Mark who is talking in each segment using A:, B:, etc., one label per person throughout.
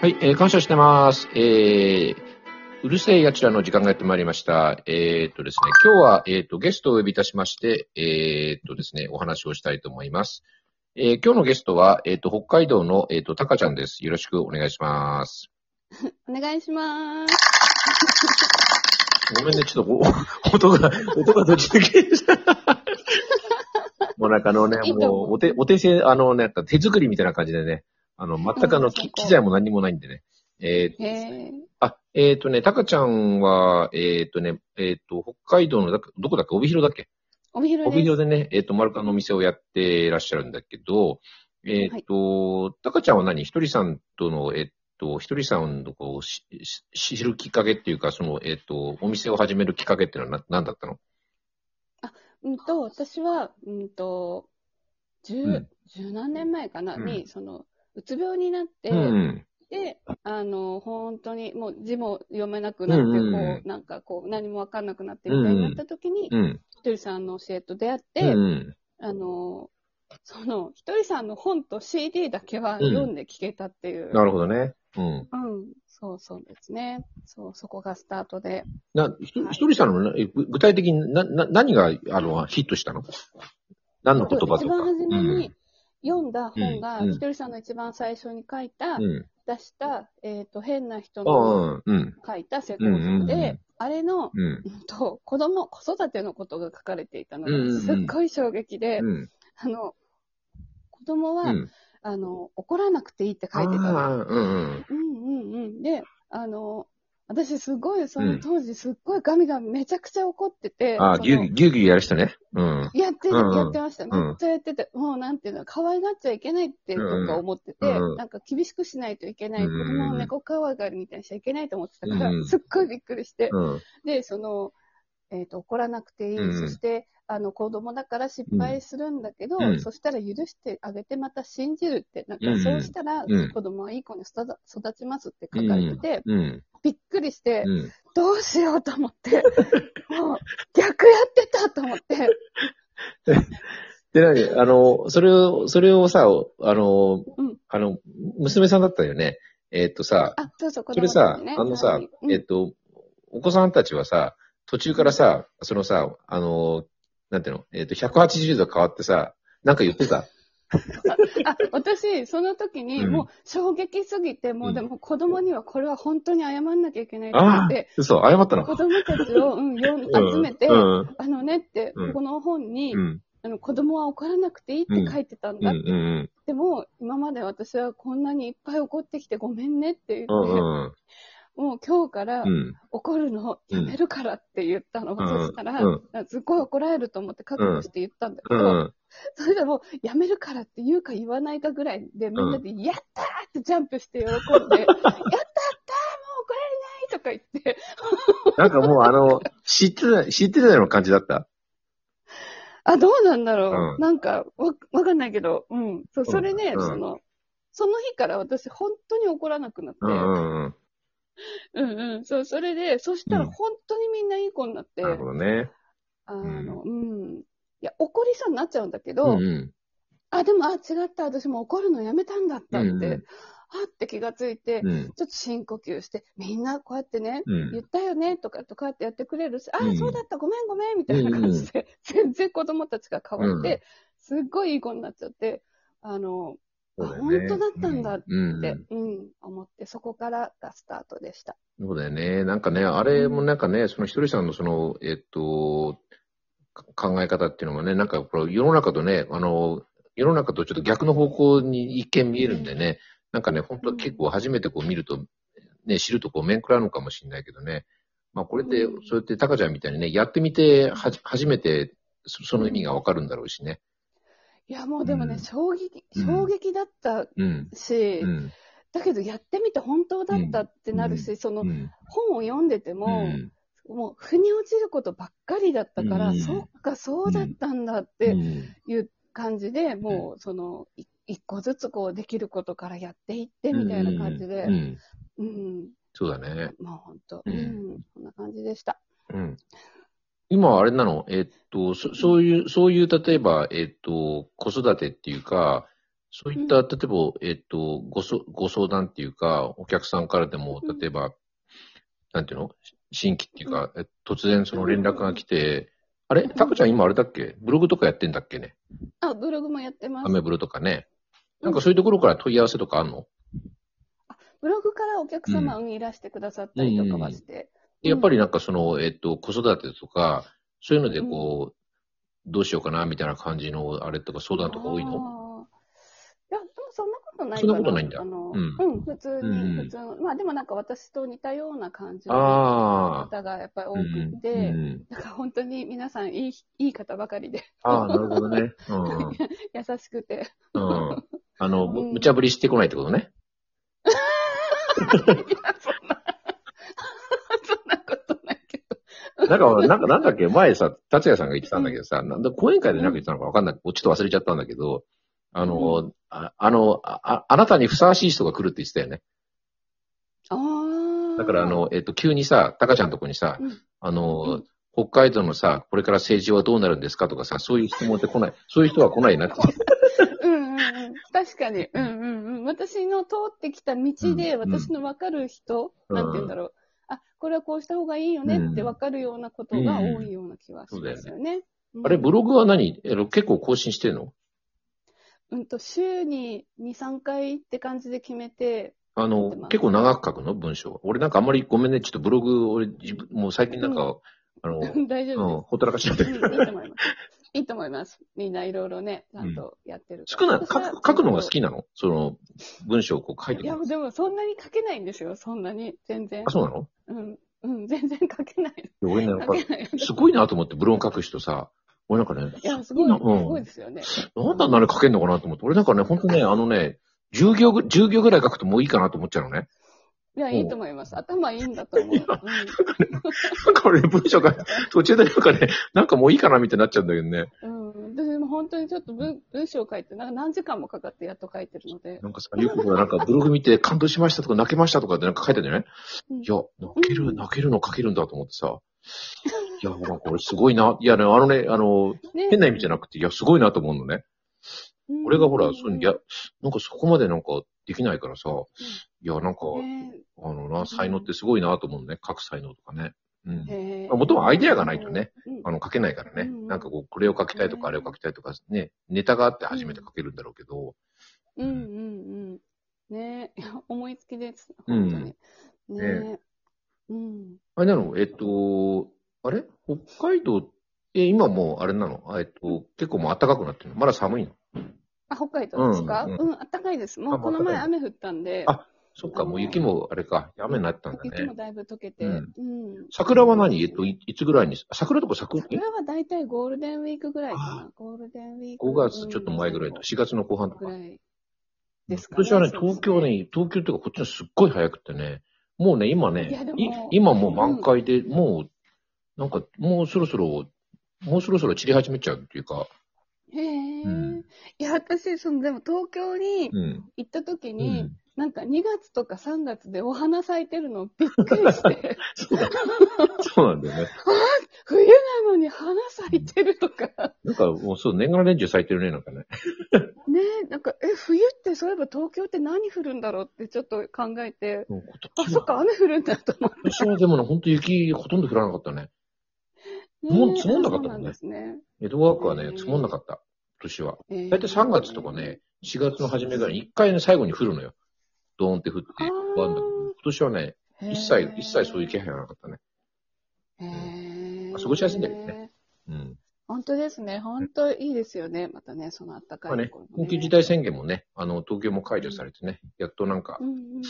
A: はい、えー感謝してます。えー、うるせえ奴らの時間がやってまいりました。えーっとですね、今日は、えーっと、ゲストをお呼びいたしまして、えーっとですね、お話をしたいと思います。えー今日のゲストは、えーっと、北海道の、えーっと、たかちゃんです。よろしくお願いします。
B: お願いしまーす。
A: ごめんね、ちょっと、お音が、音がどっちで消えちゃった。もうなんかあのね、
B: いいと
A: も
B: 思
A: う、お手、お手製、あの、なんか手作りみたいな感じでね、あの、全くあの、き機材も何もないんでね。えーっと
B: へえ。
A: あ、えっ、とね、タカちゃんは、えっ、とね、えっ、と、北海道のだ、どこだっけ帯広だっけ
B: 帯広
A: 帯
B: です。
A: 広でね、えっ、と、マルカンのお店をやってらっしゃるんだけど、えっ、と、タカちゃんは何ひとりさんとの、えっ、と、ひとりさんのこう、し、し知るきっかけっていうか、その、えっ、と、お店を始めるきっかけっていうのはな、何だったの
B: うんと、私は、うんと、十、
A: うん
B: 十何年前かな、
A: うん
B: に、その、うつ病になって、
A: うん。
B: で、あの、本当に、もう字も読めなくなって、
A: うんうんうん
B: こう、なんかこう、何もわかんなくなってみたいになった時に、
A: うん。
B: ひとりさんの教えと出会っ
A: う
B: て、
A: ん。
B: あの、その、ひとりさんの本と CD だけは
A: ん
B: 読んで聞けたっていう。
A: なるほどね。うん。
B: うん、そうそうですね。そう、そこがスタートで。
A: な、ひとひとりさんのな、えぐ具体的にな、な、何が、あの、ヒットしたの何の言葉とか。
B: 一番初めに読んだ本
A: う
B: が、
A: んうん
B: ひとりさんの一番最初に書いた、
A: うん。うん。
B: 出した、えっ、と、変な人の
A: ああ、うん。
B: 書いた世界で、
A: うんうんうん
B: あれの、
A: うん。
B: うんと、子供、子育てのことが書かれていたの
A: うんうんう
B: が、
A: ん
B: すっごい衝撃で、
A: うん。
B: あの、子供は、
A: うん。
B: あの、怒らなくていいって書いてたの。
A: あーうんうん。
B: うんうんうん。で、あの、私すごい、そうの
A: ん
B: 当時すっごいガミガミめちゃくちゃ怒ってて、
A: あー
B: その
A: ぎゅうぎゅうぎゅうぎゅうやる人ね。うん。
B: やってる、
A: うんうん
B: やってました。めっちゃやってて、もうなんていうの、可愛がっちゃいけないってなんか思ってて、
A: うんうん
B: なんか厳しくしないといけない、
A: うんうんうん
B: もう猫可愛がりみたいにしちゃいけないと思ってたから、
A: うんうん
B: すっごいびっくりして、
A: うん。
B: で、その、えっ、と、怒らなくていい、
A: うんうん
B: そして、あの、子供だから失敗するんだけど、
A: うん
B: そしたら許してあげて、また信じるって、なん
A: うんうん
B: かそうしたら、
A: うん
B: 子供はいい子に育育ちますって書かれてて、
A: うん。
B: びっくりして、
A: うん。
B: どうしようと思って、もう逆やってたと思って、
A: で、なに、あの、それを、それをさ、あの
B: うん、
A: あの、娘さんだったよね。えっとさ、
B: あ、そうそう、子
A: それ
B: 供
A: さ
B: たちね、
A: あのさ
B: はい、うん
A: えっと、お子さんたちはさ、途中からさ、そのさ、あの、なんていうの、えっと、180度変わってさ、なんか言ってた。
B: あ、私、その時に、
A: うん
B: もう衝撃すぎて、もうでも子供にはこれは本当に謝んなきゃいけないと思
A: ああ
B: って、、
A: 嘘、謝ったの
B: 子供たちを、 うん、よん
A: うん
B: 集めて、
A: うん。
B: あのねって
A: うん、
B: この本に、
A: うん。
B: あの、子供は怒らなくていいって書いてたん
A: うん。う
B: だ。
A: ん。
B: でも、今まで私はこんなにいっぱい怒ってきてごめんねって言って、
A: うん。うん。
B: もう今日から
A: うん。
B: 怒るのやめるからって言ったの。
A: うん
B: そしたら、
A: うん
B: すっごい怒られると思って覚悟して言ったんだけ
A: う
B: ど、
A: ん。
B: それでもう、やめるからって言うか言わないかぐらいで、みんなで、やったーってジャンプして喜 んで、やったやったーもう怒られないとか言って、
A: なんかもうあの、知ってた、知ってたような感じだった。
B: あ、どうなんだろう。
A: うん
B: なんか、わ、わかんないけど、うん。そう、それで、
A: うん
B: その、その日から私、本当に怒らなくなって、
A: うんうんうん。
B: うんうん。そう、それで、そしたら本当にみんないい子になって、
A: なるほどね。
B: あの、うん。いや、怒りそうになっちゃうんだけ
A: う
B: ど、
A: んうん。
B: あ、でも、あ、違った、私もう怒るのやめたんだったって、
A: うんうん
B: あって気がついて、
A: うん。
B: ちょっと深呼吸して、みんなこうやってね、
A: うん
B: 言ったよねとかとかってやってくれるし、
A: うん
B: ああ、そうだった、ごめんごめん、みたいな感じで、全然子供たちが変わって、すっごいいい子になっちゃって、あの、あ、
A: そうだよね
B: 本当だったんだっ
A: うん。
B: て
A: うん、
B: うん、思って、そこからがスタートでした。
A: そうだよね。なんかね、あれもなんかね、そのひとりさんのその、えっと、か考え方っていうのもね、なんかこれ世の中とね、あの、世の中とちょっと逆の方向に一見見えるんでね、なんかね、本当は結構初めてこう見ると、ね、知るとこう面食らうのかもしれないけどね、まあこれって、
B: うん
A: そうやってタカちゃんみたいにね、やってみて、はじ、初めてそその意味がわかるんだろうしね。
B: いや、もうでもね、
A: うん
B: 衝撃、
A: うん
B: 衝撃だった
A: うん。
B: し、
A: うん。
B: だけどやってみて本当だったってなるし、その、
A: うん。
B: 本を読んでても、
A: うん
B: もう、腑に落ちることばっかりだったから、
A: うん
B: そっか、そうだったんだって
A: うん
B: いう感じで、もう、その、い一個ずつこう、できることからやっていって、みたいな感じで
A: うんう、ん
B: うん、
A: そうだね。
B: もう本当、
A: う
B: うんん、そんな感じでした。
A: うん。今、あれなのえっと、そそういう、そういう、例えば、えっと、子育てっていうか、そういった、例えば、えっと、ごそご相談っていうか、お客さんからでも
B: うん、
A: 例えば、なんていうの新規っていうか、え突然その連絡が来て、あれタコちゃん今あれだっけブログとかやってんだっけね
B: あ、ブログもやってま
A: ア
B: す。
A: メブロとかね。なんかそういうところから問い合わせとかあんの
B: ブログからお客様にいらしてくださったりとかはして。
A: でやっぱりなんかその、えっと、子育てとか、そういうのでこう、どうしようかなみたいな感じの、あれとか相談とか多いの
B: のいや、でもそんなことない
A: そんなことないんだ
B: あ
A: う
B: の、うんん、普通
A: うんうん
B: に、普通の。まあでもなんか私と似たような感じの
A: ああ。
B: 方がやっぱり多
A: う
B: く
A: んう
B: て、
A: ん。
B: なんか本当に皆さんいい、いい方ばかりで、
A: ああ、なるほどね。うん。
B: 優しくて。
A: うん。あの、
B: うん
A: む無茶ぶりしてこないってことね。
B: いや、そんな、そんなことないけど。
A: なんか、なんか、なんだっけ、前さ、達也さんが言ってたんだけどさ、なんだ、講演会でなんか言ってたのかわかんない。ちょっと忘れちゃったんだけど、あの、ああのあ、ああなたにふさわしい人が来るって言ってたよね。
B: ああ。
A: だから、あ、の、えっと、急にさ、タカちゃんのとこにさ
B: うん、
A: あ
B: う
A: の
B: ん、
A: 北海道のさ、これから政治はどうなるんですかとかさ、そういう質問って来ない。そういう人は来ないなって。
B: うんうんうん。確かに。うんうんうん。私の通ってきた道で、
A: うん
B: 私の分かる人、
A: うん
B: なんて言うんだろう。あ、これはこうした方がいいよねって
A: うん
B: 分かるようなことが多いような気はしますよね。うん
A: あれ、ブログは何え結構更新してんの
B: うんと、週に2、3回って感じで決めて、
A: あ
B: 書いてま
A: の、
B: す
A: 結構長く書くの文章。俺なんかあんまりごめんね、ちょっとブログ、俺、自分もう最近なんか、あの、
B: うん大丈
A: う
B: 夫
A: ん、ほったらかしちゃって
B: です。うん、いいと思います。いいと思います。みんないろいろね、ちゃんとやってるか
A: 少
B: ら。
A: ない、書く
B: 私は
A: 書くのが好きなのその、文章をこう書いてく
B: い
A: る
B: や、でもそんなに書けないんですよ、そんなに。全然
A: あ、。そうなの
B: うん、うん、全然書けない。
A: いや俺ね、やっ
B: 書
A: ぱ
B: けない。
A: すごいなと思って、ブログ書く人さ、俺なんかね、
B: いや、すごい、
A: な
B: す
A: うん
B: ごいですよね。
A: なんであんなに書けんのかなと思って、俺なんかね、ほんとね、あのね、10行ぐ、10行ぐらい書くともういいかなと思っちゃうのね。
B: いや、
A: うん
B: いいと思います。頭いいんだ と思う。
A: なんか俺ね、文章が、途中でなんかね、なんかもういいかなみたいになっちゃうんだけどね。
B: うん。うん、私も本当にちょっと文文章を書いて、なんか何時間もかかってやっと書いてるので。
A: なんかさ、よくほらなんかブログ見て感動しましたとか泣けましたとかってなんか書いてんだよね。
B: うん
A: いや、泣け
B: う
A: る、
B: ん
A: 泣けるの書けるんだと思ってさ。いや、なんか俺すごいな。いやね、あのね、あの、
B: ね
A: 変な意味じゃなくて、いや、すごいなと思うのね。
B: うん
A: 俺がほら、
B: ん
A: そういうのや、なんかそこまでなんかできないからさ、いや、なんか、
B: ね
A: あのな、才能ってすごいなと思うね。書く才能とかね。うん。
B: へえ
A: まあもともアイデアがないとね、
B: うん
A: あの、書けないからね。
B: うん
A: なんかこう、これを書きたいと
B: ね
A: か、あれを書きたいとか、ね、ネタがあって初めて書けるんだろうけど、
B: うんうんうん。ねえ、いや思いつきです。
A: うん
B: 本当に。ねえ。うん。
A: あれなの、えっと、あれ北海道、え、今もう、あれなのあえっと、結構もう暖かくなってるのまだ寒いの
B: あ、北海道ですか
A: う
B: うんん、
A: う
B: あったかいです。
A: あ
B: もう
A: もう
B: こ
A: あ
B: の
A: ったかい
B: 前雨降ったんで。
A: あそっか、もう雪もあれか、雨になったんだ
B: 雪
A: ね
B: も。だいぶ溶けて。
A: うん
B: うん
A: 桜は何えっと、いいつぐらいに、桜とか咲く
B: これは大体ゴールデンウィークぐらいかな。ゴールデンウィーク。
A: 5月ちょっと前ぐらいと、4月の後半と
B: ぐ
A: か。
B: らいですか、
A: 今年はね、東京。ね、東京っていうかこっちのすっごい早くってね、もうね、今
B: いや
A: ね
B: で、も
A: い今もう満開で、もう、なんか、もうそろそろ、もうそろそろ散り始めちゃうっていうか、
B: へえ、
A: うん
B: いや、私、その、でも東京に
A: うん。
B: 行った時
A: う
B: に、
A: ん、
B: なんか2月とか3月でお花咲いてるのびっくり して、
A: そうだ。そうなんだよね。
B: 冬なのに花咲いてるとか。
A: なんか、もうそう、年がら年中咲いてるね、なんかね。
B: ねえ、なんか、え、冬ってそういえば東京って何降るんだろうってちょっと考えて、
A: もう今
B: あ、
A: 年
B: そっ
A: は、
B: か、雨降るんだと思って。
A: 今年はでもね、ほんと雪ほとんど降らなかったね。
B: ね
A: もう積もんなかった
B: そ
A: も
B: うん
A: ね
B: なんですね。
A: 江戸川区はね、積もんなかった、今年は。
B: えー
A: 大体3月とかね、4月の初めぐらいに一回ね、最後に降るのよ。ドーンって降って、
B: あー
A: 終わんだけど今年はね、
B: へー
A: 一切、一切そういう気配がなかったね。
B: へ
A: まあ
B: ー
A: 過ごしやすいんだけどね。うん。
B: 本当ですね。本当いいですよね。またね、そのあったか
A: まあ
B: い
A: ね
B: ところ、も
A: 緊急事態宣言もね、あの、東京も解除されてね、やっとなんか
B: う、んうん。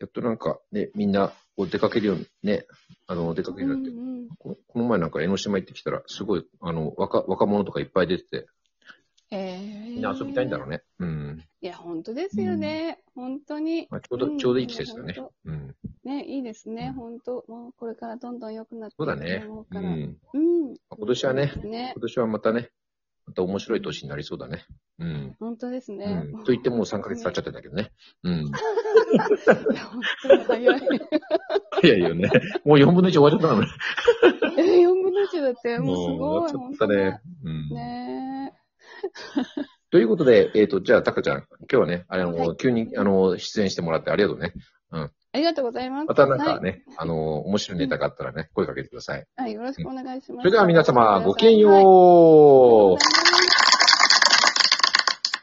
A: やっとなんか、ね、みんな、こう出かけるようにね、あの、出かけるようになって、
B: うんうん
A: ここの前なんか江ノ島行ってきたら、すごい、あの、若、若者とかいっぱい出てて、
B: へ
A: みんな遊びたいんだろ
B: う
A: うね。うん。
B: いや、本当ですよね。本当に。
A: まあ、ちょうど、ちょうどいい季節だね
B: うん。
A: うん。
B: ね、いいです
A: う
B: ね
A: ん。
B: 本当もうこれからどんどん良くなってい
A: そう
B: く
A: だね
B: と思う。
A: う
B: から。
A: ん。
B: うん。
A: 今年はね
B: 本当ですね
A: 今。年はまたね、また面白い年になりそうだね。うん。
B: 本当です
A: う
B: ね。
A: ん、と言ってもう3ヶ月経っちゃってんだけどね。 うん。
B: いや、本当に早い。
A: 早いよね。もう4分の1終わっちゃった のね。
B: え、4分の1だって、もうす
A: もう
B: ごい。
A: 終わっ
B: 本
A: ちゃ
B: 当
A: った
B: だ
A: ね。うん。
B: ねえ。
A: ということで、えっ、と、じゃあ、タカちゃん、今日はね、あの、
B: は
A: 急に、あの、出演してもらってありがとうね。
B: ありがとうございます。
A: またなんか
B: はい
A: ね、あの、面白いネタがあったらね、声かけてください。
B: はい、よろしくお願いします。
A: それでは皆様、ごきげん
B: はいありがとう
A: よ
B: ご
A: う
B: ざいます。